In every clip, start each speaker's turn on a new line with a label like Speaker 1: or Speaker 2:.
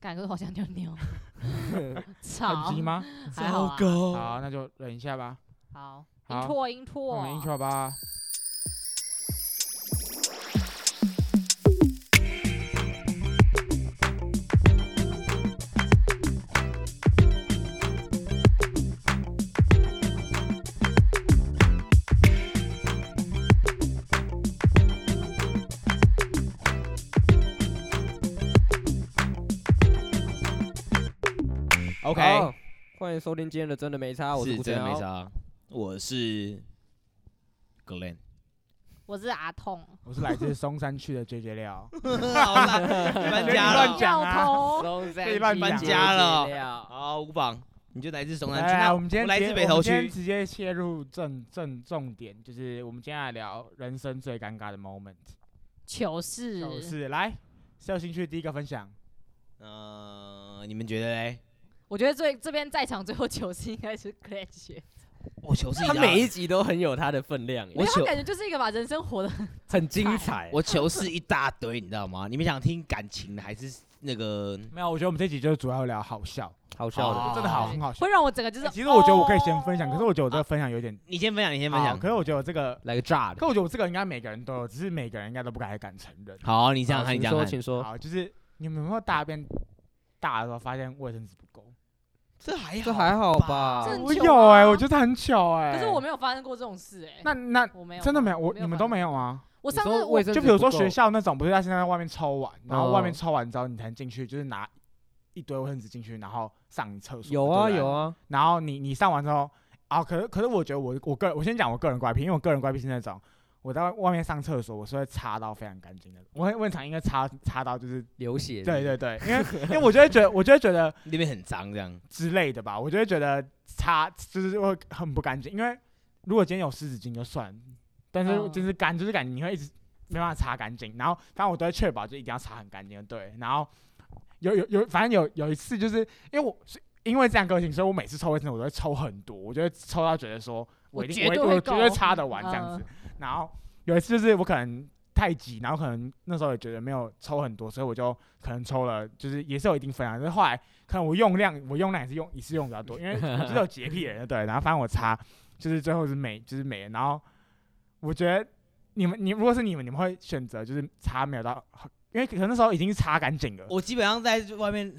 Speaker 1: 感觉好想尿尿，
Speaker 2: 很
Speaker 1: 吵
Speaker 2: 急，吗？
Speaker 1: 还好啊
Speaker 3: 哦
Speaker 2: 好，那就忍一下吧。
Speaker 1: 好，
Speaker 2: 好
Speaker 1: 音拓音拓，
Speaker 2: 我们 intro 吧。
Speaker 3: OK，
Speaker 4: 好欢迎收听今天的真的没差，我
Speaker 3: 是
Speaker 4: 古哦
Speaker 3: 真的没
Speaker 4: 桥，
Speaker 3: 啥，我是 Glenn，
Speaker 1: 我是阿痛，
Speaker 2: 我是来自松山区的 JJ 料，
Speaker 3: 好啦，搬家
Speaker 2: 乱
Speaker 3: 了，
Speaker 2: 讲啊
Speaker 1: 掉头，
Speaker 2: 可以乱
Speaker 3: 搬
Speaker 2: 讲
Speaker 3: 家了
Speaker 4: 了，
Speaker 3: 好，无妨，你就来自松山区，
Speaker 2: 来来，
Speaker 3: 那
Speaker 2: 哎我们今天
Speaker 3: 我来
Speaker 2: 直接
Speaker 3: 自北投
Speaker 2: 我们今天
Speaker 3: 区，
Speaker 2: 直接切入正正重点，就是我们今天来聊人生最尴尬的 moment，
Speaker 1: 糗
Speaker 2: 就
Speaker 1: 事，
Speaker 2: 是来，是有兴趣第一个分享，
Speaker 3: 呃，你们觉得嘞？
Speaker 1: 我觉得最这边在场最后糗事应该是 Clash 姐，
Speaker 3: 我求是
Speaker 4: 他每一集都很有他的分量耶，
Speaker 3: 我
Speaker 1: 没有
Speaker 3: 糗
Speaker 1: 她感觉就是一个把人生活的，
Speaker 4: 很精彩。
Speaker 3: 我求是一大堆，你知道吗？你们想听感情的还是那个？
Speaker 2: 没有，我觉得我们这集就是主要聊好笑，
Speaker 4: 好
Speaker 3: 笑的
Speaker 2: 就真的好，很好笑
Speaker 1: 会。让我整个就是，
Speaker 2: 欸其实我觉得我可以
Speaker 1: 哦
Speaker 2: 先分享，可是我觉得我这个分享有点
Speaker 3: 你啊先分享，你先分
Speaker 2: 好，
Speaker 3: 享
Speaker 2: 可。是我觉得我这个，
Speaker 4: 来个炸
Speaker 2: 可，是我觉得我这个应该每个人都有，只是每个人应该都不敢敢承认。
Speaker 3: 好，你这样看，你这
Speaker 4: 请
Speaker 3: 样
Speaker 4: 说，
Speaker 3: 看，
Speaker 4: 请说，
Speaker 2: 好，就是你们有没有大便大的时候发现卫生纸不够？
Speaker 3: 这还啊
Speaker 4: 这还好吧
Speaker 1: 这很
Speaker 2: 我
Speaker 1: 糗
Speaker 2: 有哎、
Speaker 1: 啊
Speaker 2: 我觉得很巧哎、
Speaker 1: 可是我没有发生过这种事哎，
Speaker 2: 那那
Speaker 1: 我没有，
Speaker 2: 真的没有，我
Speaker 1: 没
Speaker 2: 你们都
Speaker 1: 发生
Speaker 2: 没有啊？
Speaker 1: 我
Speaker 4: 你
Speaker 1: 上
Speaker 4: 说
Speaker 1: 次我
Speaker 4: 卫生
Speaker 2: 就
Speaker 4: 纸
Speaker 2: 比如说
Speaker 4: 不够
Speaker 2: 学校那种，不是他现在在外面抽完，然后外面
Speaker 4: 哦
Speaker 2: 抽完之后你才能进去，就是拿一堆卫生纸进去，然后上你厕所。
Speaker 4: 有啊
Speaker 2: 对不对
Speaker 4: 有。啊，
Speaker 2: 然后你你上完之后啊，可是可是我觉得我我个人我先讲我个人怪癖，因为我个人怪癖是那种。我在外面上厕所，我是会擦到非常干净的。我很我很常应该擦擦到就是
Speaker 4: 流血，
Speaker 2: 对对，对， 因为因为我就会觉得，我就会觉得
Speaker 3: 那边很脏，这样。
Speaker 2: 之类的吧，我就会觉得擦就是会很不干净。因为如果今天有湿纸巾就算，但是
Speaker 1: 嗯
Speaker 2: 就是干就是感觉你会一直没办法擦干净。然后反正我都会确保就一定要擦很干净，对。然后有有有，反正有有一次就是因为我是因为这样个性，所以我每次抽卫生纸我都会抽很多，我就会抽到觉得说我一定
Speaker 1: 我绝
Speaker 2: 我一
Speaker 1: 对
Speaker 2: 我
Speaker 1: 会
Speaker 2: 绝对
Speaker 1: 够
Speaker 2: 擦得完这样子。 然后有一次就是我可能太急，然后可能那时候也觉得没有抽很多，所以我就可能抽了，就是也是有一定分量。但是后来可能我用量，我用量也是用一次用比较多，因为我就是有洁癖的人，对。然后反正我擦，就是最后是没，就是没了。然后我觉得你们，你如果是你们，你们会选择就是擦没有到，因为可能那时候已经擦干净了。
Speaker 3: 我基本上在外面，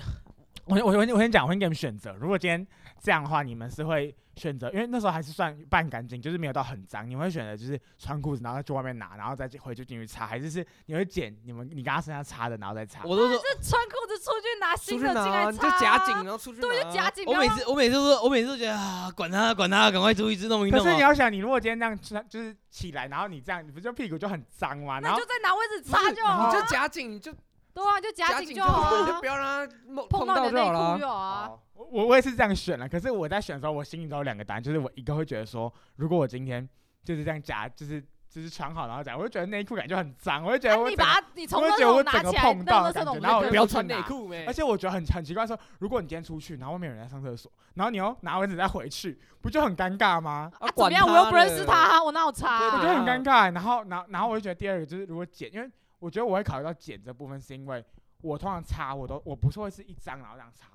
Speaker 2: 我先我先我先讲，我先给你们选择。如果今天这样的话，你们是会选择，因为那时候还是算半干净，就是没有到很脏。你们会选择就是穿裤子，然后去外面拿，然后再回去进去擦，还是是你会捡你们你刚刚身上擦的，然后再擦？
Speaker 3: 我都说
Speaker 1: 啊穿裤子出去拿
Speaker 4: 出
Speaker 1: 新
Speaker 4: 去
Speaker 1: 的进
Speaker 4: 拿，
Speaker 1: 来
Speaker 4: 你就
Speaker 1: 擦啊
Speaker 4: 夹紧，然后出去，啊
Speaker 1: 对，就夹，紧。
Speaker 3: 我
Speaker 1: 不
Speaker 3: 每
Speaker 1: 要
Speaker 3: 次我每次都说，我每次都觉得啊，管他管他，赶快出去自弄一
Speaker 2: 可
Speaker 3: 弄
Speaker 2: 是你
Speaker 3: 啊。
Speaker 2: 要想，你如果今天这样穿，就是起来，然后你这样，你不就屁股就很脏吗？
Speaker 1: 那
Speaker 2: 然
Speaker 1: 你
Speaker 2: 后
Speaker 1: 就再拿卫生纸
Speaker 4: 不是
Speaker 1: 擦就好
Speaker 4: 你
Speaker 1: 啊，
Speaker 4: 就夹紧，你就
Speaker 1: 对啊，你就夹
Speaker 4: 紧
Speaker 1: 紧就
Speaker 4: 好
Speaker 1: 好
Speaker 4: 了，你就
Speaker 1: 啊
Speaker 4: 不，要让它碰
Speaker 1: 碰
Speaker 4: 到
Speaker 1: 你的
Speaker 4: 就
Speaker 1: 内
Speaker 4: 好了啊
Speaker 1: 裤。就好啊。
Speaker 2: 哦我我我也是这样选了。可是我在选的时候，我心里都有两个答案，就是我一个会觉得说，如果我今天就是这样夹，就是就是穿好然后这样，我就觉得内裤感觉很脏，我就觉得
Speaker 1: 那
Speaker 2: 我
Speaker 1: 啊你
Speaker 2: 整个
Speaker 1: 把它你从
Speaker 2: 我
Speaker 1: 垃
Speaker 2: 会
Speaker 1: 圾
Speaker 2: 觉得
Speaker 1: 桶
Speaker 2: 我整
Speaker 1: 拿
Speaker 2: 个
Speaker 1: 起来，
Speaker 2: 碰到
Speaker 1: 那垃圾
Speaker 2: 的感
Speaker 1: 桶
Speaker 2: 觉然后我就
Speaker 4: 不
Speaker 2: 不
Speaker 4: 要
Speaker 2: 要穿
Speaker 4: 穿内
Speaker 2: 内
Speaker 4: 裤没
Speaker 2: 而？且我觉得很很奇怪说，如果你今天出去，然后外面有人在上厕所，然后你又拿蚊子再回去，不就很尴尬吗？
Speaker 1: 啊，怎么
Speaker 4: 管
Speaker 1: 样？我
Speaker 4: 他
Speaker 1: 又不认识
Speaker 4: 嘞
Speaker 1: 他啊，我哪有擦
Speaker 4: 对
Speaker 2: 我
Speaker 1: 啊？
Speaker 2: 觉得很
Speaker 4: 啊
Speaker 2: 尴尬。然后，然后，然后我就觉得第二个就是，如果剪，因为我觉得我会考虑到剪这部分，是因为我通常擦我都我不是会是一张然后这样擦，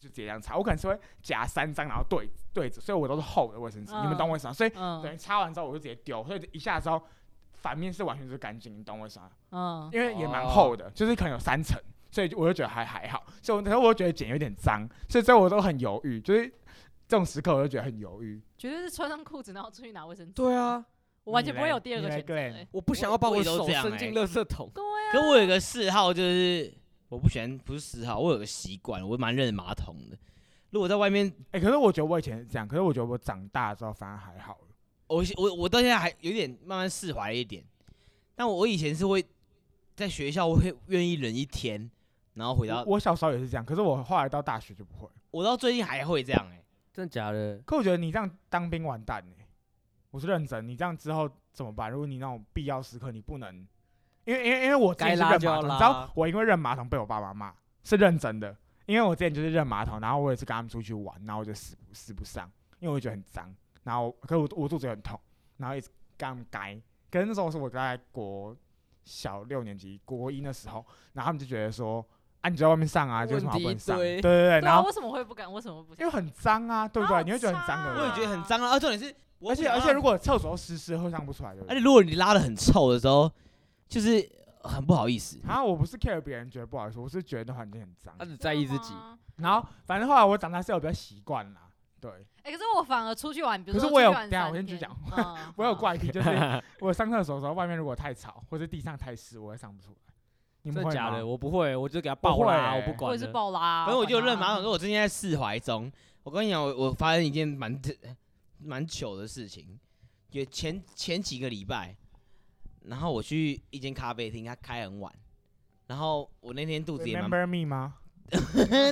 Speaker 2: 就直接这样擦，我可能是会夹三张然后对对着，所以我都是厚的卫生纸，你们懂我意思吗？所以等
Speaker 1: 嗯
Speaker 2: 于擦完之后我就直接丢，所以一下之后反面是完全是干净，你懂我意思吗？
Speaker 1: 嗯，
Speaker 2: 因为也蛮厚
Speaker 1: 哦
Speaker 2: 的，就是可能有三层，所以就我就觉得还还好。所以我那时候我就觉得剪有点脏，所以最后我都很犹豫，就是这种时刻我就觉得很犹豫。
Speaker 1: 绝对是穿上裤子然后出去拿卫生纸。
Speaker 4: 对，啊，
Speaker 1: 我完全
Speaker 2: 你
Speaker 1: 不会
Speaker 2: 嘞
Speaker 1: 有第二
Speaker 2: 你
Speaker 1: 个
Speaker 2: 嘞
Speaker 1: 选择
Speaker 2: Glenn
Speaker 1: 欸。
Speaker 4: 我不想要把我的手伸进垃圾桶。
Speaker 1: 对
Speaker 3: 可
Speaker 1: 啊，
Speaker 3: 我有个嗜好，就是我不喜欢，不是嗜好，我有个习惯，我蛮认马桶的。如果在外面，
Speaker 2: 哎、可是我觉得我以前是这样，可是我觉得我长大之后反而还好了。
Speaker 3: 我我我到现在还有点慢慢释怀一点，但我以前是会在学校我会愿意忍一天，然后回到
Speaker 2: 我我小时候也是这样，可是我后来到大学就不会了。
Speaker 3: 我到最近还会这样哎、
Speaker 4: 真的假的？
Speaker 2: 可我觉得你这样当兵完蛋呢、我是认真。你这样之后怎么办？如果你那种必要时刻你不能，因为因为因为我之前
Speaker 4: 该
Speaker 2: 是
Speaker 4: 拉
Speaker 2: 认
Speaker 4: 就
Speaker 2: 马
Speaker 4: 要
Speaker 2: 桶，你
Speaker 4: 拉
Speaker 2: 知道我因为认马桶被我爸妈骂，是认真的。因为我之前就是认马桶，然后我也是跟他们出去玩，然后我就死不死不上，因为我觉得很脏。然后可是我我肚子也很痛，然后一直跟他们该。可是那时候是我大概国小六年级、国一那时候，然后他们就觉得说，啊，你就在外面上啊，就是什么
Speaker 4: 问题
Speaker 2: 不能上？
Speaker 4: 一
Speaker 2: 对对
Speaker 4: 堆
Speaker 2: 对，
Speaker 1: 对
Speaker 2: 然
Speaker 1: 啊，
Speaker 2: 后
Speaker 1: 为什么会不敢？为什么不
Speaker 2: 因
Speaker 1: 想
Speaker 2: 为？很脏啊，对不
Speaker 1: 啊
Speaker 2: 对？
Speaker 1: 好
Speaker 2: 你会觉得很脏
Speaker 1: 差
Speaker 2: 的
Speaker 1: 啊
Speaker 3: 我也
Speaker 2: 人，
Speaker 3: 觉得很脏啊。而重点是，我
Speaker 2: 而且而且如果厕所湿湿会上不出来，对不
Speaker 3: 而
Speaker 2: 对
Speaker 3: 且？如果你拉的很臭的时候，就是很不好意思。
Speaker 2: 啊，我不是 care 别人觉得不好意思，我是觉得那环境很脏
Speaker 4: 他。只在意自
Speaker 1: 真
Speaker 4: 己
Speaker 1: 的。吗
Speaker 2: 然后反正后来我长大之后比较习惯啦，对。
Speaker 1: 哎、可是我反而出去玩，比如
Speaker 2: 可
Speaker 1: 说
Speaker 2: 是我有
Speaker 1: 出去玩
Speaker 2: 等一下
Speaker 1: 三
Speaker 2: 我先继续
Speaker 1: 天
Speaker 2: 讲，
Speaker 1: 嗯
Speaker 2: 我有，怪 癖，就是我上厕所的时候，外面如果太吵或者地上太湿，我也上不出来。你们
Speaker 4: 真
Speaker 2: 会
Speaker 4: 的假的？
Speaker 2: 吗？
Speaker 4: 我不会，我就给他爆啦，
Speaker 2: 我
Speaker 4: 我
Speaker 2: 会
Speaker 4: 不
Speaker 1: 我
Speaker 4: 管
Speaker 1: 也是
Speaker 4: 了。
Speaker 1: 爆拉，
Speaker 3: 反正我就认马
Speaker 1: 麻
Speaker 3: 桶，说我最近在释怀中。我跟你讲，我我发生一件蛮蛮糗的事情，也前前几个礼拜，然后我去一间咖啡厅，它开很晚，然后我那天肚子也蛮
Speaker 2: Remember me 吗？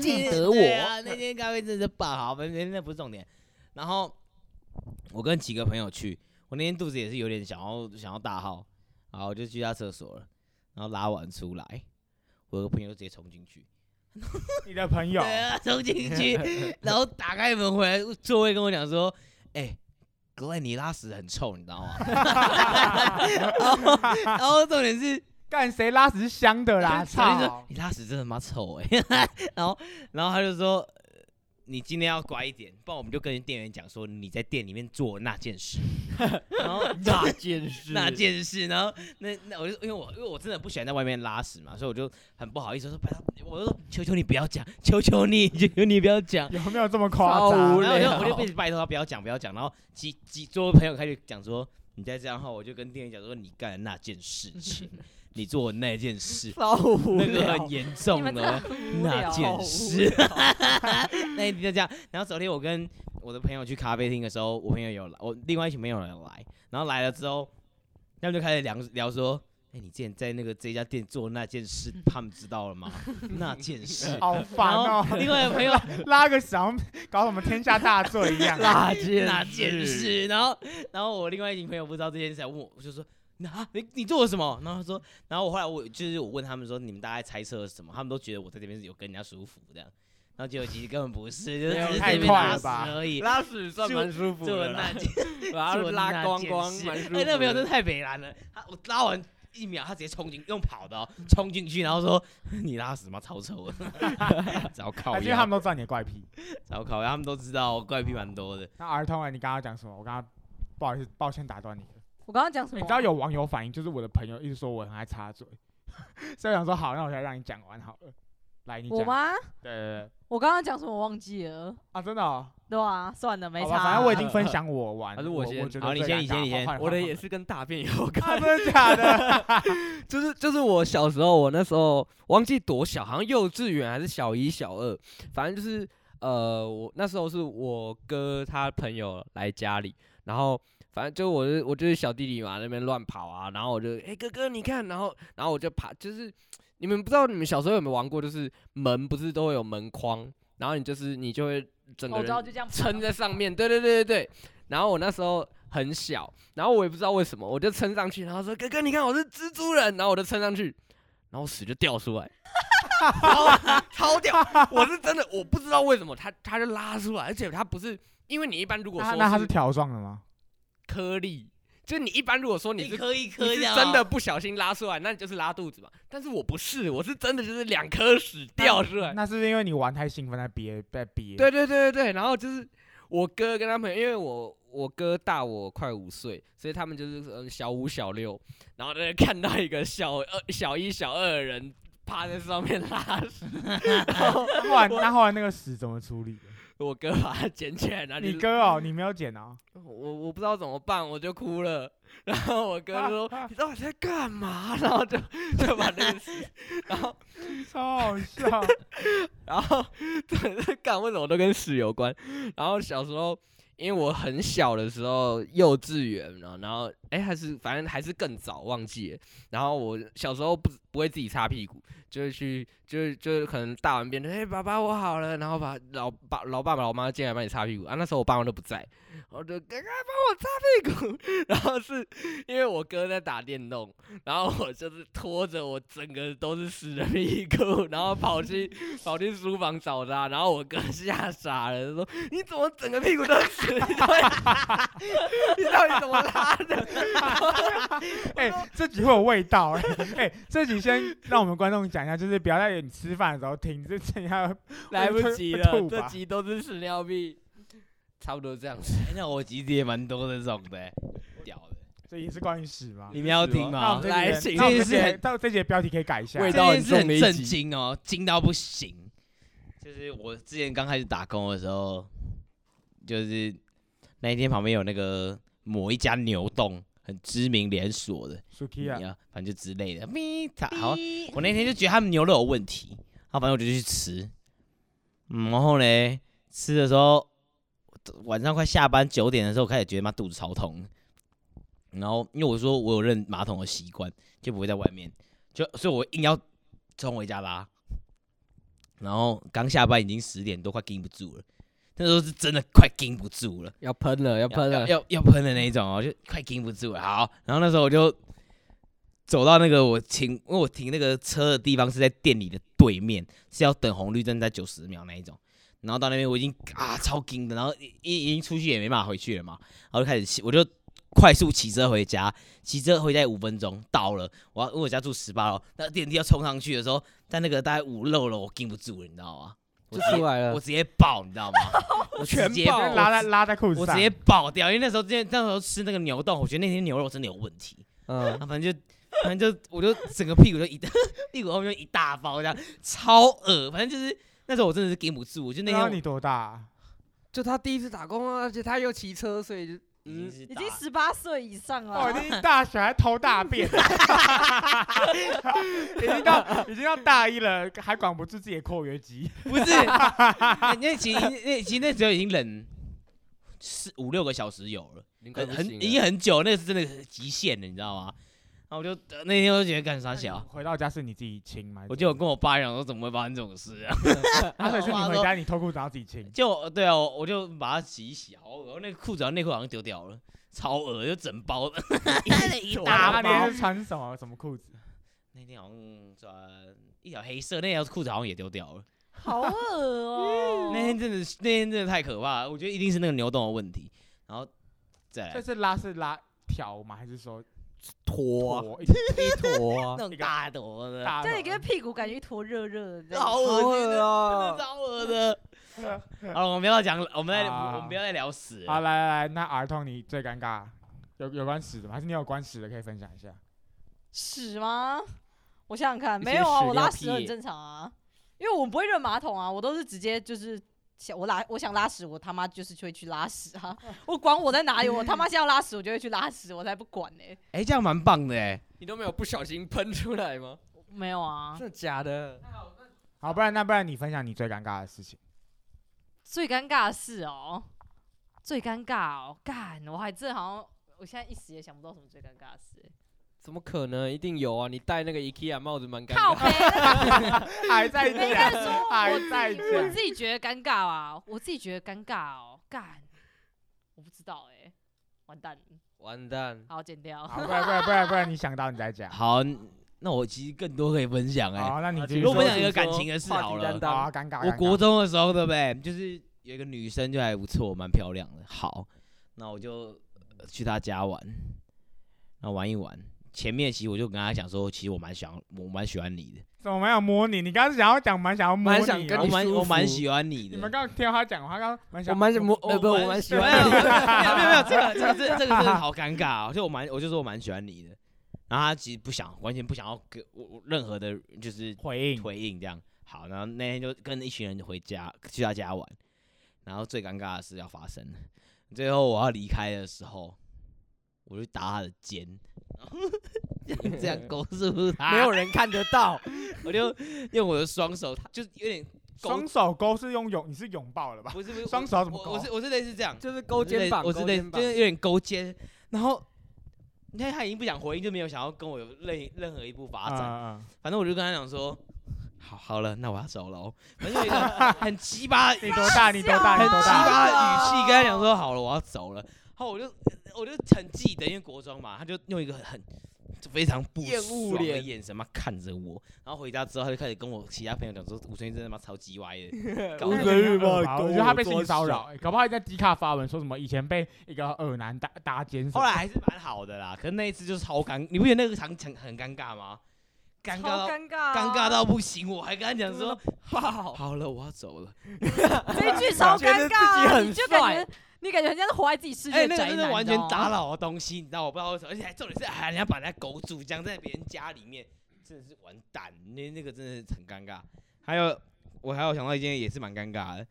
Speaker 3: 记
Speaker 4: 得
Speaker 3: 对啊，那天咖啡真的是爆好，反正那不是重点。然后我跟几个朋友去，我那天肚子也是有点想要想要大号，然后我就去他厕所了，然后拉完出来，我有个朋友就直接冲进去，
Speaker 2: 你的朋友
Speaker 3: 对啊，冲进去，然后打开门回来，座位跟我讲说，哎、格莱尼拉屎很臭，你知道吗？ 然后，然后重点是
Speaker 2: 干谁拉屎是香的啦？
Speaker 3: 小林
Speaker 2: 操
Speaker 3: 说！你拉屎真的妈臭哎、欸， 然后然后他就说呃你今天要乖一点，不然我们就跟店员讲说你在店里面做那件事，然后
Speaker 4: 那件事，
Speaker 3: 那件事，然后那那我就因为我因为我真的不喜欢在外面拉屎嘛，所以我就很不好意思我说拜托，我就说求求你不要讲，求求你，求求你不要讲。
Speaker 2: 有没有这么夸
Speaker 4: 超无
Speaker 2: 张
Speaker 4: 聊？
Speaker 3: 然后我就我就一直拜托他不要讲不要讲，然后几几桌朋友开始讲说，你再这样的话，我就跟店员讲说你干的那件 事情，你做的那件事，
Speaker 4: 超无
Speaker 3: 那个
Speaker 4: 聊。
Speaker 3: 很严
Speaker 1: 你
Speaker 3: 重
Speaker 1: 们真的
Speaker 3: 的
Speaker 1: 很无
Speaker 3: 那
Speaker 1: 聊
Speaker 3: 件事。那一天就这样。然后昨天我跟我的朋友去咖啡厅的时候，我朋友有来，我另外一群朋友有来，然后来了之后，他们就开始聊聊说。哎、你之前在那个这家店做那 件事，他们知道了吗？那件事，
Speaker 2: 好烦
Speaker 3: 然
Speaker 2: 哦！
Speaker 3: 后另外一个朋友
Speaker 2: 拉个屎好像搞什么天下大罪一样。啊
Speaker 4: 那件
Speaker 3: 那件，事，然后然后我另外一群朋友不知道这件事，问我我就说。那你你做了什么？然后他说，然后我后来我就是我问他们说，你们大概猜测了什么？他们都觉得我在这边是有跟人家舒服这样，然后结果其实根本不是，就是
Speaker 4: 没有
Speaker 3: 只是
Speaker 4: 太
Speaker 3: 在这边
Speaker 4: 快
Speaker 3: 拉
Speaker 2: 了
Speaker 3: 屎
Speaker 2: 吧
Speaker 3: 而已。
Speaker 4: 拉屎算蛮舒服
Speaker 3: 做
Speaker 4: 的
Speaker 3: 了
Speaker 4: 啦
Speaker 3: 那，件，
Speaker 4: 把它
Speaker 3: 做那
Speaker 4: 拉光
Speaker 3: 件
Speaker 4: 光，
Speaker 3: 事
Speaker 4: 蛮舒服的。
Speaker 3: 哎，那朋友真的太北蓝了。他我拉完一秒，他直接冲进，用跑的哦，冲进去，然后说 你拉屎吗？超臭的， 糟糕
Speaker 2: 还，是因为他们都知道你的怪癖。
Speaker 3: 糟糕，他们都知道我怪癖蛮多的。
Speaker 2: 那儿童啊，你刚刚讲什么？我刚刚不好意思，抱歉打断你。
Speaker 1: 我刚刚讲什么？
Speaker 4: 啊
Speaker 2: 你知道有网友反映，就是我的朋友一直说我很爱插嘴， 所以我想说好，那我再让你讲完好了。来，你讲
Speaker 1: 我。吗？
Speaker 2: 对对对。
Speaker 1: 我刚刚讲什么我忘记了？
Speaker 2: 啊，真的哦。
Speaker 1: 对啊，算了，没
Speaker 2: 好
Speaker 1: 差、
Speaker 2: 吧，
Speaker 1: 啊。
Speaker 2: 反正我已经分享我玩，
Speaker 4: 还是
Speaker 2: 我
Speaker 4: 我先
Speaker 2: 我觉得啊
Speaker 3: 好你
Speaker 2: 最
Speaker 3: 先
Speaker 2: 尴
Speaker 3: 你先
Speaker 2: 尬
Speaker 3: 你
Speaker 2: 换
Speaker 3: 先
Speaker 2: 换
Speaker 4: 我的
Speaker 2: 换
Speaker 4: 也是跟大便有 关。
Speaker 2: 啊，真的假 的？
Speaker 4: 就是就是我小时候，我那时候忘记多小，好像幼稚园还是小一小二，反正就是呃，我那时候是我哥他朋友来家里，然后反正就我是我就是小弟弟嘛，那边乱跑啊，然后我就哎、哥哥你看，然后然后我就爬，就是你们不知道你们小时候有没有玩过，就是门不是都会有门框，然后你就是你就会整
Speaker 1: 哦我
Speaker 4: 个
Speaker 1: 知
Speaker 4: 人
Speaker 1: 道，就这样
Speaker 4: 撑在上面，对对对对对。然后我那时候很小，然后我也不知道为什么，我就撑上去，然后说哥哥你看我是蜘蛛人，然后我就撑上去，然后屎就掉出来，超超掉，我是真的我不知道为什么它它就拉出来，而且它不是因为你一般如果
Speaker 2: 那
Speaker 4: 说
Speaker 2: 啊那它是
Speaker 4: 是
Speaker 2: 条状的吗？
Speaker 4: 颗粒，就是你一般如果说你
Speaker 3: 一
Speaker 4: 是
Speaker 3: 颗一颗
Speaker 4: 你是
Speaker 3: 这样
Speaker 4: 真
Speaker 3: 哦
Speaker 4: 的不小心拉出来，那你就是拉肚子嘛。但是我不是，我是真的就是两颗屎掉出来，
Speaker 2: 那是不是因为你玩太兴奋在憋在憋？
Speaker 4: 对对对对对，然后就是我哥跟他朋友，因为我我哥大我快五岁，所以他们就是嗯小五小六，然后在看到一个小二小一小二的人趴在上面拉屎，然后
Speaker 2: 那后来那后来那个屎怎么处理的？
Speaker 4: 我哥把他捡起来，然后就
Speaker 2: 你哥哦，你没有捡哦。
Speaker 4: 我我不知道怎么办，我就哭了。然后我哥就
Speaker 2: 啊
Speaker 4: 说：“你到底在干嘛？”然后就就把那个 屎，然后
Speaker 2: 超好笑，
Speaker 4: 然后对， 干为什么都跟屎有关？然后小时候，因为我很小的时候，幼稚园呢，然后哎、还是反正还是更早忘记了。然后我小时候不不会自己擦屁股，就会去就是就是可能大完便就哎、爸爸我好了，然后把老爸老爸爸老妈进来帮你擦屁股啊。那时候我爸妈都不在，我就哥哥帮我擦屁股。 然后是因为我哥在打电动，然后我就是拖着我整个都是屎的屁股，然后跑去跑进书房找他，然后我哥吓傻了，说：“你怎么整个屁股都是 屎？你到底你到底怎么拉的
Speaker 2: 哎、这集会有味道哎、哎、这集先让我们观众讲一下，就是不要在你吃饭的时候听，这这样
Speaker 4: 来不及
Speaker 2: 会
Speaker 4: 了，
Speaker 2: 吐
Speaker 4: 这
Speaker 2: 吧
Speaker 4: 集都是屎尿屁，差不多这样子。
Speaker 3: 哎那我其实也蛮多的这种的欸，屌的。
Speaker 2: 这也是关于屎吗？
Speaker 3: 你们要听
Speaker 2: 那我
Speaker 3: 吗
Speaker 2: 们？这
Speaker 4: 来
Speaker 2: 集
Speaker 4: 请
Speaker 2: 那我们这
Speaker 3: 这是
Speaker 2: 节
Speaker 3: 很
Speaker 2: 到这节标题可以改一下。
Speaker 4: 味
Speaker 3: 这件
Speaker 4: 道很
Speaker 3: 事
Speaker 4: 重的
Speaker 3: 很
Speaker 4: 一
Speaker 3: 震
Speaker 4: 集
Speaker 3: 惊哦，惊到不行。就是我之前刚开始打工的时候，就是那一天旁边有那个某一家牛洞，很知名连锁的，
Speaker 2: Suki 啊，
Speaker 3: 啊，反正就之类的。咪塔好，我那天就觉得他们牛肉有问题，然后反正我就去吃，嗯，然后呢，吃的时候晚上快下班九点的时候，我开始觉得妈肚子超痛，然后因为我说我有认马桶的习惯，就不会在外面，就所以我硬要冲回家拉，然后刚下班已经十点多，快盯不住了，那时候是真的快盯不住了。
Speaker 4: 要喷了，要
Speaker 3: 要
Speaker 4: 喷了
Speaker 3: 要！要要喷的那一种哦，就快禁不住了。好，然后那时候我就走到那个我停，因为我停那个车的地方是在店里的对面，是要等红绿灯在九十秒那一种。然后到那边我已经啊超惊的，然后已已已经出去也没办法回去了嘛，然后就开始骑，我就快速骑车回家，骑车回家五分钟到了，我要因为我家住十八楼，那电梯要冲上去的时候，在那个大概五六楼我禁不住了，你知道吗？我
Speaker 4: 就
Speaker 3: 直
Speaker 4: 出
Speaker 3: 接
Speaker 4: 来了
Speaker 3: 我，直接爆，你知道吗？ 我直
Speaker 4: 全
Speaker 3: 接
Speaker 4: 爆
Speaker 3: 我
Speaker 2: 拉在拉在裤子
Speaker 3: 我
Speaker 2: 上
Speaker 3: 直，接爆掉，因为那时候之前那时候吃那个牛冻，我觉得那天牛肉真的有问题，
Speaker 4: 嗯
Speaker 3: 然，后反正就反正就我就整个屁股就一大 屁股后面就一大包这样，超恶，反正就是那时候我真的是顶不住，我就那
Speaker 2: 那
Speaker 3: 天
Speaker 2: 你
Speaker 3: 我
Speaker 2: 多大啊？
Speaker 4: 就他第一次打工啊，而且他又骑车，所以就
Speaker 3: 已经
Speaker 4: 嗯，
Speaker 3: 是
Speaker 1: 已
Speaker 3: 大
Speaker 1: 经十八岁以上了啊
Speaker 2: 哦，，已经大学还偷大便， 已经到已经到大一了，还管不住自己的括约肌。
Speaker 3: 不是那那其实那其实那时候已经冷四五六个小时有了，很很已经很久，那个是真的是极限了，你知道吗？然后我就呃那天我就觉得干啥小。
Speaker 2: 回到家是你自己亲吗？
Speaker 3: 我就有跟我爸讲说，怎么会发生这种事啊？
Speaker 2: 啊，所以是你
Speaker 3: 我爸
Speaker 2: 回
Speaker 3: 说
Speaker 2: 家你脱裤子然后自己亲，
Speaker 3: 就对啊，我我就把它洗一洗，好恶，那个裤子、内裤好像丢掉了，超恶，就整 包的，一
Speaker 2: 啊
Speaker 3: 大
Speaker 2: 你
Speaker 3: 包
Speaker 2: 那。是穿什么什么裤子？
Speaker 3: 那天好像穿一条黑色，那条裤子好像也丢掉了。
Speaker 1: 好恶
Speaker 2: 嗯
Speaker 1: 哦。
Speaker 3: 那天真的是，那天真的太可怕了，我觉得一定是那个牛洞的问题。然后再
Speaker 2: 这
Speaker 3: 来
Speaker 2: 是拉是拉条吗？还是说
Speaker 4: 坨
Speaker 2: 坨一
Speaker 4: 坨啊
Speaker 3: 那种大坨的，
Speaker 2: 大
Speaker 1: 对，
Speaker 2: 的？
Speaker 1: 你跟屁股感觉一坨热热的，
Speaker 3: 好
Speaker 4: 好
Speaker 3: 恶心
Speaker 4: 恶
Speaker 3: 的，真
Speaker 4: 啊
Speaker 3: 的！超恶的。 好了，我们不要讲，我们再
Speaker 2: 啊
Speaker 3: 我们不要再聊死
Speaker 2: 好，
Speaker 3: 了。
Speaker 2: 来来来，那儿童你最尴尬，有有关屎的吗？还是你有关屎的可以分享一下？
Speaker 1: 屎吗？我想想看，
Speaker 4: 一
Speaker 1: 没
Speaker 4: 些
Speaker 1: 有啊，
Speaker 4: 屎
Speaker 1: 我
Speaker 4: 尿
Speaker 1: 拉屎
Speaker 4: 屁
Speaker 1: 很正常啊，因为我不会扔马桶啊，我都是直接就是想我拉我想拉屎，我他妈就是会去拉屎 啊，我管我在哪里，我他妈现在要拉屎，我就会去拉屎，我才不管呢、
Speaker 3: 哎，这样蛮棒的哎。
Speaker 4: 你都没有不小心喷出来吗？
Speaker 1: 没有啊，
Speaker 4: 真的假的？
Speaker 2: 好，不然那不然你分享你最尴尬的事情。
Speaker 1: 最尴尬的是哦，最尴尬哦，干，我还真好像我现在一时也想不到什么最尴尬的事、
Speaker 4: 怎么可能？一定有啊！你戴那个 IKEA 帽子蛮尴
Speaker 1: 靠
Speaker 4: 尬。
Speaker 1: 背，
Speaker 2: 还在
Speaker 1: 没看
Speaker 2: 讲，
Speaker 1: 说，
Speaker 2: 还
Speaker 1: 我
Speaker 2: 在
Speaker 1: 自己我
Speaker 2: 讲，
Speaker 1: 自己觉得尴尬啊，我自己觉得尴尬哦，干，我不知道哎、完蛋了，
Speaker 4: 完蛋！
Speaker 1: 好剪掉。
Speaker 2: 好，不然不然不然不然你想到你再讲。
Speaker 3: 好，那我其实更多可以分享哎。
Speaker 2: 好，那你
Speaker 4: 啊
Speaker 2: 继
Speaker 4: 请
Speaker 2: 续
Speaker 3: 如
Speaker 2: 说。
Speaker 3: 果我讲
Speaker 4: 说
Speaker 3: 一个
Speaker 4: 请
Speaker 3: 感
Speaker 4: 说
Speaker 3: 情的事
Speaker 4: 话
Speaker 3: 好
Speaker 4: 题
Speaker 3: 了
Speaker 4: 担
Speaker 2: 好啊，
Speaker 4: 当，
Speaker 2: 尴尬。
Speaker 3: 我
Speaker 2: 尴尬
Speaker 3: 国中的时候，对不对？就是有一个女生就还不错，蛮漂亮的。好，那我就呃去她家玩，那玩一玩。前面其实我就跟她讲说，其实我蛮喜欢，我蛮喜欢你的，
Speaker 2: 怎么没有摸你？你刚刚想要讲蛮想要摸
Speaker 4: 蛮想
Speaker 2: 你
Speaker 4: 跟
Speaker 2: 啊，
Speaker 3: 我
Speaker 4: 你
Speaker 3: 蛮
Speaker 4: 舒
Speaker 3: 我蛮
Speaker 4: 服
Speaker 3: 喜欢你
Speaker 2: 你
Speaker 3: 的。
Speaker 2: 们刚刚听到他讲话，刚刚蛮想
Speaker 4: 我蛮想摸，呃，不，我蛮喜
Speaker 3: 没有没有
Speaker 4: 欢。
Speaker 3: 没有没有，这个这个这个这个真的好尴尬哦！就我蛮我就说我蛮喜欢你的，然后她其实不想，完全不想要给我我任何的，就是
Speaker 2: 回应。
Speaker 3: 回应这样。好，然后那天就跟一群人回家去他家玩，然后最尴尬的事要发生了。最后我要离开的时候，我就打他的肩， 然后这 样勾住他，
Speaker 4: 没有，人看得到，
Speaker 3: 我就用我的双手，他就是有点勾
Speaker 2: 双手勾是用拥，你是拥抱了吧？
Speaker 3: 不是不是
Speaker 2: 双手怎么
Speaker 3: 我
Speaker 2: 勾
Speaker 3: 我是我是类似这样
Speaker 4: 就是勾肩膀，
Speaker 3: 我是
Speaker 4: 勾
Speaker 3: 类
Speaker 4: 肩
Speaker 3: 我是类
Speaker 4: 膀
Speaker 3: 就。是有点勾肩，然后你看他已经不想回应，就没有想要跟我有任任何一步发
Speaker 2: 嗯
Speaker 4: 啊
Speaker 3: 展。
Speaker 2: 嗯
Speaker 3: 反正我就跟他讲说，好好了，那我要走了哦。反正有一个很鸡 巴
Speaker 2: 嗯你多大？你多大？你
Speaker 3: 很
Speaker 2: 多
Speaker 3: 鸡
Speaker 2: 大？
Speaker 3: 巴的语气跟他讲说好了，我要走了。然后我就我就很记得，因为国中嘛，他就用一个很很非常不
Speaker 4: 厌恶
Speaker 3: 爽的
Speaker 4: 脸
Speaker 3: 眼神嘛看着我。然后回家之后，他就开始跟我其他朋友讲说，吴春英真的他妈超鸡歪的，搞
Speaker 4: 吴
Speaker 3: 得
Speaker 2: 那
Speaker 4: 尊
Speaker 2: 个
Speaker 4: 日
Speaker 2: 很
Speaker 4: 报
Speaker 2: 恶吧
Speaker 4: 勾
Speaker 2: 我觉得他
Speaker 4: 我
Speaker 2: 被
Speaker 4: 做
Speaker 2: 性骚
Speaker 4: 事
Speaker 2: 扰、欸，搞不好在低卡发文说什么以前被一个耳男搭搭肩什么。
Speaker 3: 后来还是蛮好的啦，可是那一次就是超尴，你不觉得那个场场很尴尬吗？尴
Speaker 1: 超
Speaker 3: 尬到
Speaker 1: 尴尬啊，
Speaker 3: 尴尬哦到不行，我还跟他讲说，
Speaker 4: 爆，
Speaker 3: 好了，我要走了。哦
Speaker 1: 这一句超
Speaker 4: 觉
Speaker 1: 尴尬
Speaker 4: 得自己
Speaker 1: 啊，
Speaker 4: 很
Speaker 1: 你就感
Speaker 4: 帅
Speaker 1: 觉你感觉人家是活在自己世
Speaker 3: 哎、
Speaker 1: 界的哦
Speaker 3: 那个
Speaker 1: 宅
Speaker 3: 真
Speaker 1: 男，
Speaker 3: 的完全
Speaker 1: 你知道 吗
Speaker 3: 打扰我东西，你知道我不知道为什么，而且还重点是哎，人家把人家狗主僵在别人家里面，真的是完蛋，那那个真的是很尴尬。还有我还有想到一件也是蛮尴尬的，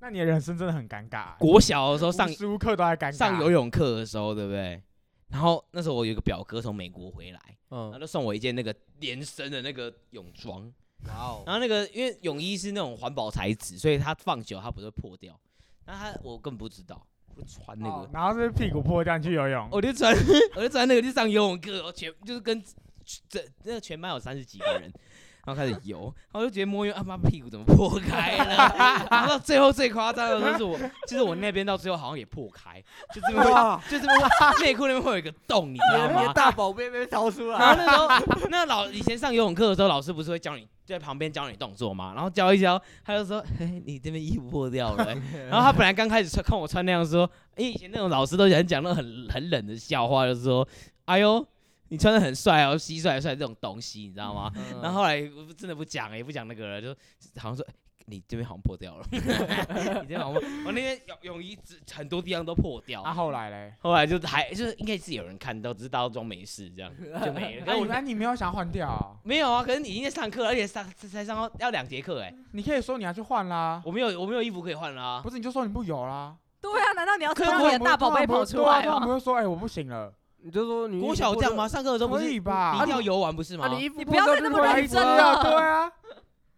Speaker 2: 那你的人生真的很尴尬欸，
Speaker 3: 国小的时候上
Speaker 2: 无时无刻都在尴尬。
Speaker 3: 上游泳课的时候，对不对？然后那时候我有一个表哥从美国回来，他
Speaker 4: 嗯，
Speaker 3: 就送我一件那个连身的那个泳装，
Speaker 4: 哇哦，
Speaker 3: 然后那个因为泳衣是那种环保材质，所以它放久它不会破掉。那他我更不知道，我穿那
Speaker 2: 哦
Speaker 3: 个，
Speaker 2: 然后是屁股破掉你去游泳，
Speaker 3: 我就穿我就穿那个去上游泳课，我全就是跟这那个全班有三十几个人，然后开始游，然后我就觉得摸一摸啊妈屁股怎么破开了，然后到最后最夸张的就是我就是我那边到最后好像也破开，就这边会
Speaker 4: 哇，
Speaker 3: 就这边会内裤那边会有一个洞，你知道
Speaker 4: 那
Speaker 3: 吗
Speaker 4: 个？大宝贝被掏出
Speaker 3: 然后
Speaker 4: 来，
Speaker 3: 那时 候，那老以前上游泳课的时候，老师不是会教你在旁边教你动作吗？然后教一教，他就说：“ 嘿，你这边衣服破 掉了欸、然后他本来刚开始穿看我穿那样说，因为以前那种老师都喜欢讲那种很很冷的笑话，就是说：“哎呦，你穿的很帅哦，蟋蟀帅这种东西，你知道吗？”
Speaker 2: 嗯
Speaker 3: 然后后来我真的不讲了，也不讲那个了，就好像说。欸你这边好像破掉了，你 这边好像破我那边泳泳衣只很多地方都破掉。
Speaker 2: 啊后来嘞，
Speaker 3: 后来就还就是应该是有人看到，只是大家都装没事这样就 没了。可
Speaker 2: 哎，
Speaker 3: 是我
Speaker 2: 原来你没有想要换掉哦，
Speaker 3: 没有啊，可是你已经在上课了，而且上才上到要两节课哎，
Speaker 2: 你可以说你要去换啦，
Speaker 3: 我没有我没有衣服可以换啊啦、
Speaker 2: 不是你就说你不游啦。
Speaker 1: 对啊，难道你要
Speaker 3: 可
Speaker 1: 从
Speaker 3: 是
Speaker 1: 你的大宝贝跑出来
Speaker 2: 对啊他
Speaker 1: 吗？
Speaker 2: 们会说哎我不行了，
Speaker 4: 你就说你
Speaker 3: 国小这样吗？？上课的时候不
Speaker 2: 可
Speaker 3: 是
Speaker 2: 以
Speaker 3: 你
Speaker 2: 吧？
Speaker 3: 一定要游玩不是吗
Speaker 4: 啊，？你衣服
Speaker 1: 你不要再那么
Speaker 4: 破掉
Speaker 1: 认真
Speaker 4: 就是
Speaker 2: 真
Speaker 4: 破
Speaker 1: 了
Speaker 4: 掉
Speaker 2: 的，对啊。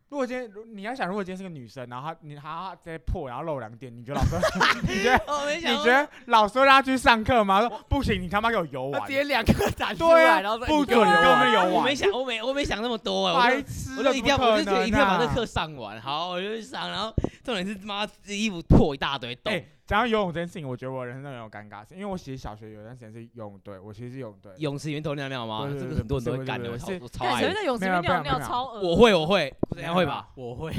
Speaker 2: 如果今天如你要想，如果今天是个女生，然后她你她直接破，然后露两点，你觉得老师，你觉得
Speaker 3: 我没
Speaker 2: 你
Speaker 3: 想
Speaker 2: 觉
Speaker 3: 过
Speaker 2: 得老师会让她去上课吗？说不行，你他妈给我游
Speaker 4: 他
Speaker 2: 玩
Speaker 4: 直，接两个打出
Speaker 2: 对
Speaker 4: 来，
Speaker 2: 啊
Speaker 4: 然后说
Speaker 2: 不
Speaker 4: 你给我
Speaker 2: 准
Speaker 4: 留
Speaker 2: 跟我
Speaker 4: 啊
Speaker 2: 们游
Speaker 3: 我没
Speaker 2: 玩，
Speaker 3: 想我没我没想那么多哎、我
Speaker 2: 白
Speaker 3: 就
Speaker 2: 痴，啊
Speaker 3: 我就一定要我就觉得一定要把这
Speaker 2: 这
Speaker 3: 课上完，好我就去上，然后重点是妈衣服破一大堆洞，
Speaker 2: 哎，讲到游泳这件事情，我觉得我人生很有尴尬，因为我其实小学有一段时间是游泳队，我其实是游泳队，
Speaker 3: 泳池里面偷尿尿吗？
Speaker 2: 对对
Speaker 3: 这
Speaker 2: 对哎
Speaker 3: 个很多人都
Speaker 2: 不
Speaker 3: 会
Speaker 2: 是
Speaker 3: 干的，
Speaker 2: 不
Speaker 3: 我
Speaker 2: 是
Speaker 3: 超
Speaker 2: 不是
Speaker 3: 我超
Speaker 1: 看
Speaker 3: 爱
Speaker 1: 谁
Speaker 3: 的
Speaker 1: 会。在泳池里
Speaker 2: 没有
Speaker 1: 面
Speaker 2: 没
Speaker 1: 尿
Speaker 2: 有
Speaker 1: 尿
Speaker 2: 没有
Speaker 1: 超恶？
Speaker 3: 我会我会，不
Speaker 2: 没
Speaker 3: 是
Speaker 2: 有
Speaker 3: 样会吧？
Speaker 4: 我会，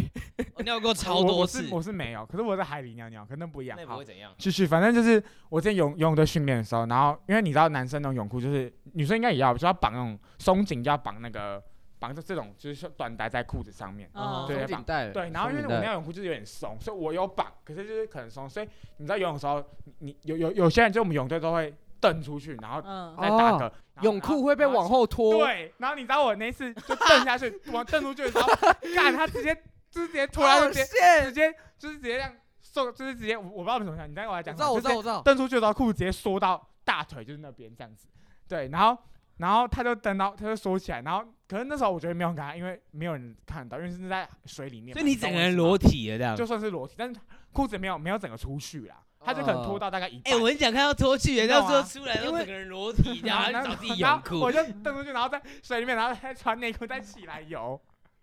Speaker 3: 我尿过超
Speaker 2: 我
Speaker 3: 多
Speaker 2: 我是
Speaker 3: 次，
Speaker 2: 我是没有，可是我在海里尿尿，可能不一样
Speaker 3: 那。不
Speaker 2: 好
Speaker 3: 会，怎样。
Speaker 2: 继续，反正就是我之前游游泳队训练的时候，然后因为你知道男生那种泳裤就是女生应该也要，就要绑那种松紧，就要绑那个绑着这种就是说短带在裤子上面。
Speaker 1: 嗯
Speaker 2: 对
Speaker 4: 松紧带，
Speaker 2: 对，然后因为
Speaker 4: 松
Speaker 2: 我
Speaker 4: 紧带
Speaker 2: 那泳裤就是有点松，所以我有绑，可是就是可能松，所以你知道游泳的时候，你你有有有些人就我们泳队都会蹬出去，然后
Speaker 1: 嗯，
Speaker 2: 再打
Speaker 4: 哦
Speaker 2: 个、然后
Speaker 4: 泳裤会被往。后
Speaker 2: 然后
Speaker 4: 拖，
Speaker 2: 对，然后你知道我那次就蹬下去，往蹬出去的时候，干他直接就是直接突然就
Speaker 4: 哦
Speaker 2: 直接直
Speaker 4: ，shit
Speaker 2: 接就是直接这样送，就是直接我我不知道怎么想，你再跟我
Speaker 4: 我
Speaker 2: 讲
Speaker 4: 知
Speaker 2: 什么，
Speaker 4: 道，我
Speaker 2: 就直
Speaker 4: 知
Speaker 2: 接
Speaker 4: 道，我知道，
Speaker 2: 蹬出去的时候，裤子直接缩到大腿就是那边这样子。对，然后然后他就蹬到，他就缩起来，然后可是那时候我觉得没有很尴尬，因为没有人看到，因为是在水里面嘛，
Speaker 3: 所以你整个人
Speaker 2: 懂我
Speaker 3: 裸
Speaker 2: 意思
Speaker 3: 体了这
Speaker 2: 吗，
Speaker 3: 样
Speaker 2: 就。算是裸体，但是裤子没有没有整个出去啦，他就可能拖到大概一
Speaker 3: 哎、
Speaker 2: 半。
Speaker 3: 我很想看到脱去的，
Speaker 2: 你知道
Speaker 3: 到
Speaker 2: 吗
Speaker 3: 时候出来都
Speaker 2: 因为
Speaker 3: 整个人裸体，然后
Speaker 2: 然
Speaker 3: 找
Speaker 2: 后
Speaker 3: 自己
Speaker 2: 然
Speaker 3: 泳
Speaker 2: 后
Speaker 3: 裤
Speaker 2: 我。就蹬出去，然后在水里面，然后再穿内裤再起来游。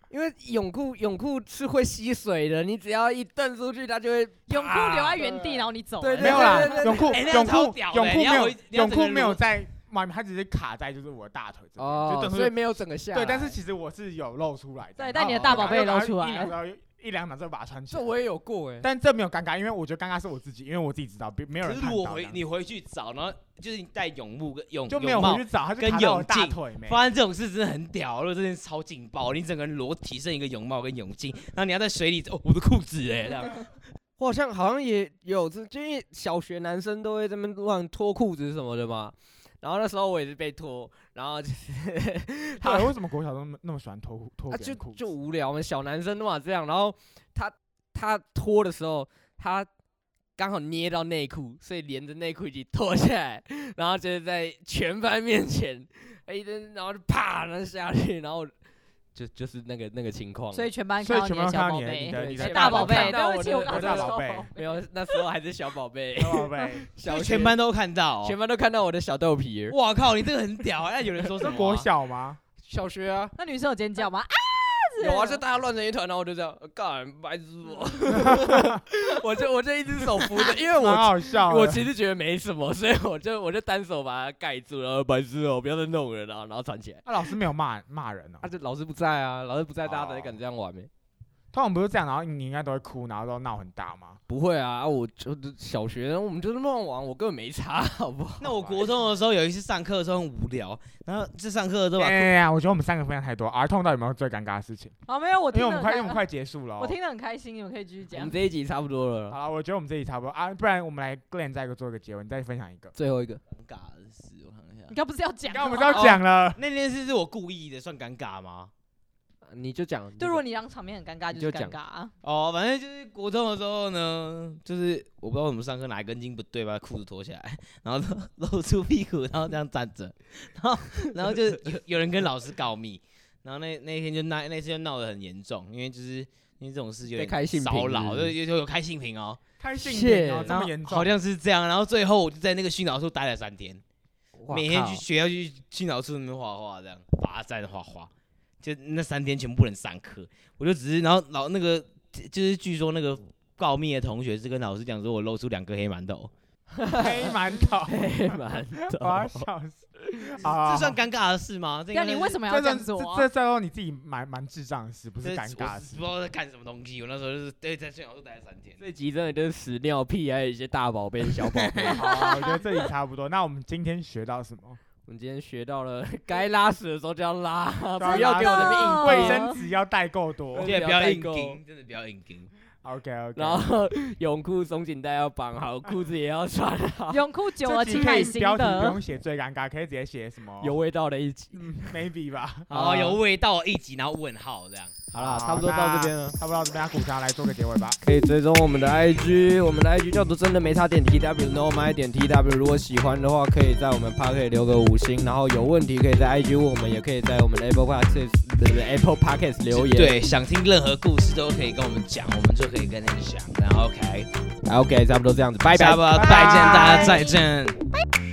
Speaker 4: 因为泳裤泳裤是会吸水的，你只要一蹬出去，它就会
Speaker 1: 泳裤留在原地，
Speaker 2: 对
Speaker 1: 然后你走
Speaker 4: 对
Speaker 1: 了。
Speaker 4: 对
Speaker 2: 没有啦
Speaker 4: 对对，对
Speaker 2: 泳裤
Speaker 3: 哎那
Speaker 2: 泳
Speaker 3: 超
Speaker 2: 裤
Speaker 3: 屌的
Speaker 2: 泳裤
Speaker 3: 你要
Speaker 2: 没有
Speaker 3: 回你要
Speaker 2: 泳
Speaker 3: 整个
Speaker 2: 裤
Speaker 3: 人
Speaker 2: 没有
Speaker 3: 裸
Speaker 2: 在外面，它只是卡在就是我的大腿这边，就
Speaker 4: 哦
Speaker 2: 蹬，出
Speaker 4: 所以
Speaker 2: 去。
Speaker 4: 没有整个下来。
Speaker 2: 对，但是其实我是有露出来的。
Speaker 1: 对，
Speaker 2: 然
Speaker 1: 但你的
Speaker 4: 哦
Speaker 1: 大宝贝
Speaker 2: 然
Speaker 1: 露
Speaker 2: 后
Speaker 1: 出
Speaker 2: 一
Speaker 1: 来
Speaker 2: 两
Speaker 1: 了。
Speaker 2: 秒一两秒就把它穿起
Speaker 4: 这
Speaker 2: 来。
Speaker 4: 我也有过哎，
Speaker 2: 但这没有尴尬，因为我觉得尴尬是我自己，因为我自己知道，别没有
Speaker 3: 可
Speaker 2: 人
Speaker 3: 是
Speaker 2: 看
Speaker 3: 我
Speaker 2: 到
Speaker 3: 回
Speaker 2: 这样
Speaker 3: 你回去找，然后就是你戴泳帽跟泳
Speaker 2: 就没有
Speaker 3: 泳帽
Speaker 2: 回去找，他就
Speaker 3: 跟
Speaker 2: 卡到我
Speaker 3: 泳
Speaker 2: 大
Speaker 3: 镜
Speaker 2: 腿没。
Speaker 3: 发生这种事真的很屌，如果真的是超劲爆，你整个人裸体剩一个泳帽跟泳镜，然后你要在水里，哦，我的裤子哎，这样
Speaker 4: 我好像好像也有，就就因为小学男生都会这么乱脱裤子什么的嘛。然后那时候我也是被脱，然后就是他
Speaker 2: 对，为什么国小都那么那么喜欢脱裤脱
Speaker 4: 啊，
Speaker 2: 别
Speaker 4: 就
Speaker 2: 人裤子？
Speaker 4: 就无聊嘛，小男生嘛这样。然后他他脱的时候，他刚好捏到内裤，所以连着内裤一起脱下来，然后就是在全班面前，哎一声，然后就啪，然后下去，然后就就是那个那个情况。啊
Speaker 1: 所以全班
Speaker 2: 所以
Speaker 1: 看到
Speaker 2: 全
Speaker 1: 你的
Speaker 2: 班
Speaker 1: 小
Speaker 2: 看到
Speaker 1: 宝
Speaker 2: 你的
Speaker 1: 贝
Speaker 2: 你，的
Speaker 4: 对
Speaker 2: 你
Speaker 4: 全
Speaker 2: 的
Speaker 4: 班
Speaker 1: 大宝
Speaker 4: 都
Speaker 1: 贝，
Speaker 4: 看到
Speaker 1: 对不
Speaker 4: 我
Speaker 1: 起，
Speaker 4: 的
Speaker 1: 我
Speaker 4: 我
Speaker 1: 刚
Speaker 4: 的
Speaker 1: 刚
Speaker 2: 大
Speaker 1: 说
Speaker 2: 宝 贝
Speaker 1: 错
Speaker 4: 没有，那时候还是小 宝贝，
Speaker 2: 大宝 贝，
Speaker 4: 小
Speaker 3: 全
Speaker 4: 学
Speaker 3: 班都看到、
Speaker 4: 全
Speaker 3: 哦。
Speaker 4: 班都看到我的小豆皮儿。
Speaker 3: 哇靠，你这个很屌啊！那有人说什
Speaker 2: 是
Speaker 3: 么、啊？
Speaker 2: 国小吗？
Speaker 4: 小学啊，
Speaker 1: 那女生有尖叫吗？啊！
Speaker 4: 有啊，
Speaker 1: 这
Speaker 4: 就大家乱成一团，然后我就这样，呃干白痴我， 我就我就一只手扶 着，因为
Speaker 2: 蛮
Speaker 4: 我
Speaker 2: 好笑的。
Speaker 4: 我其实觉得没什么， 所以我就我就单手把它盖住，然后白痴哦、不要再弄了，然后然后藏起来。
Speaker 2: 啊，老师没有骂骂人哦
Speaker 4: 啊，。这老师不在啊，老师不在，大家才
Speaker 2: 哦
Speaker 4: 敢这样玩呗、
Speaker 2: 通常不是这样，然后你应该都会哭，然后都闹很大吗？
Speaker 4: 不会啊，我就小学我们就是乱玩，我根本没差，好不好？
Speaker 3: 那我国中的时候有一次上课的时候很无聊，然后这上课的时候把
Speaker 2: 哎呀、我觉得我们三个分享太多，儿童到底有没有最尴尬的事情？
Speaker 1: 好，哦没有，我
Speaker 2: 因
Speaker 1: 听得
Speaker 2: 为我们快，因为嗯
Speaker 1: 很
Speaker 2: 我们
Speaker 1: 开
Speaker 2: 快结束了哦、
Speaker 1: 我听得很开心，你们可以继续
Speaker 4: 我
Speaker 1: 讲
Speaker 4: 们。这一集差不多
Speaker 2: 好
Speaker 4: 了，
Speaker 2: 了，我觉得我们这集差不多啊，不然我们来 Glen 再一个做一个结尾，你再分享 一个。
Speaker 4: 最后一个，
Speaker 3: 尴尬的事，我看一下
Speaker 1: 你。刚不是要讲
Speaker 2: 刚刚我
Speaker 1: 吗？
Speaker 2: 们都要讲了，
Speaker 3: 那件事是我故意的，算尴尬吗？
Speaker 4: 啊你就讲，你
Speaker 1: 就
Speaker 4: 就
Speaker 1: 如
Speaker 4: 讲
Speaker 1: 果你让场面很尴尬，
Speaker 4: 你
Speaker 1: 是
Speaker 4: 就
Speaker 1: 尴
Speaker 4: 讲
Speaker 1: 尬啊。
Speaker 3: 哦，反正就是国中的时候呢，就是我不知道我们上课哪一根筋不对，把裤子脱下来， 然后露露出屁股，然后这样站着， 然后然后就 有有人跟老师告密，然后那那天就那那次就闹得很严重，因为就是因为这种事有
Speaker 4: 被
Speaker 3: 点
Speaker 4: 开性
Speaker 3: 骚
Speaker 4: 平
Speaker 3: 扰，
Speaker 4: 是不
Speaker 3: 就是就有开性平哦，
Speaker 2: 开性点
Speaker 4: 谢
Speaker 2: 哦，这
Speaker 3: 然
Speaker 2: 么
Speaker 3: 后
Speaker 2: 严重，
Speaker 3: 好像是这样，然后最后我就在那个训导处待了三天，
Speaker 4: 哇
Speaker 3: 每天
Speaker 4: 靠
Speaker 3: 去 学校去训导处那边画画，这样罚站画画，就那三天全部不能上课，我就只是然后老那个就是据说那个告密的同学是跟老师讲说我露出两个黑馒头，
Speaker 2: 黑馒头，
Speaker 4: 黑 蛮
Speaker 2: 我要笑死。啊，
Speaker 3: 这算尴尬的事吗？这
Speaker 1: 那啊你为什么
Speaker 3: 么
Speaker 1: 要
Speaker 2: 这
Speaker 1: 这样
Speaker 2: 算
Speaker 1: 做
Speaker 2: 这
Speaker 1: 啊？
Speaker 2: 这最后你自己蛮蛮智障的事，不
Speaker 3: 不
Speaker 2: 是尴尬 的事
Speaker 3: 不知。道在干什么东西，我那时候就是对在训导处待了三天。
Speaker 4: 这集真的就是屎尿屁，还有一些大宝贝、小宝贝。
Speaker 2: 好啊，我觉得这里差不多。那我们今天学到什么？
Speaker 4: 我们今天学到了， 该拉屎的时候就要拉，
Speaker 2: 拉
Speaker 4: 不要给我这边硬
Speaker 1: 哦
Speaker 2: 卫生纸要带够多
Speaker 4: 我。
Speaker 3: 真的不要
Speaker 4: 代
Speaker 3: 硬
Speaker 4: 购
Speaker 3: 盯，真的不要硬 盯。
Speaker 2: OK OK。
Speaker 4: 然后泳裤松紧带要绑好，裤子也要穿好，
Speaker 1: 泳裤久了，
Speaker 2: 这集
Speaker 1: 请
Speaker 2: 可
Speaker 1: 买
Speaker 2: 以
Speaker 1: 新
Speaker 2: 标题不
Speaker 1: 的
Speaker 2: 用。写最尴尬，可以直接写什么？
Speaker 4: 有味道的一集。
Speaker 2: 嗯，maybe 吧。
Speaker 3: 哦，
Speaker 1: 啊
Speaker 3: 有
Speaker 4: 好，
Speaker 3: 味道一集，然后问号这样。
Speaker 4: 好啦，差不多到这边了。
Speaker 2: 差不多到这边，那鼓掌来做个结尾吧。
Speaker 4: 可以追踪我们的 IG，我们的 IG 叫做真的没差点 TW no my 点 TW。如果喜欢的话，可以在我们 p a r k 留个五星，然后有问题可以在 IG 问我们，也可以在我们的 Apple Podcast 不是 Apple Podcast 留言。
Speaker 3: 对，想听任何故事都可以跟我们讲，我们就可以跟你们讲。然后 OK，啊
Speaker 4: 好，OK，差不多这样子，拜拜
Speaker 3: 下。播再见，大家再见。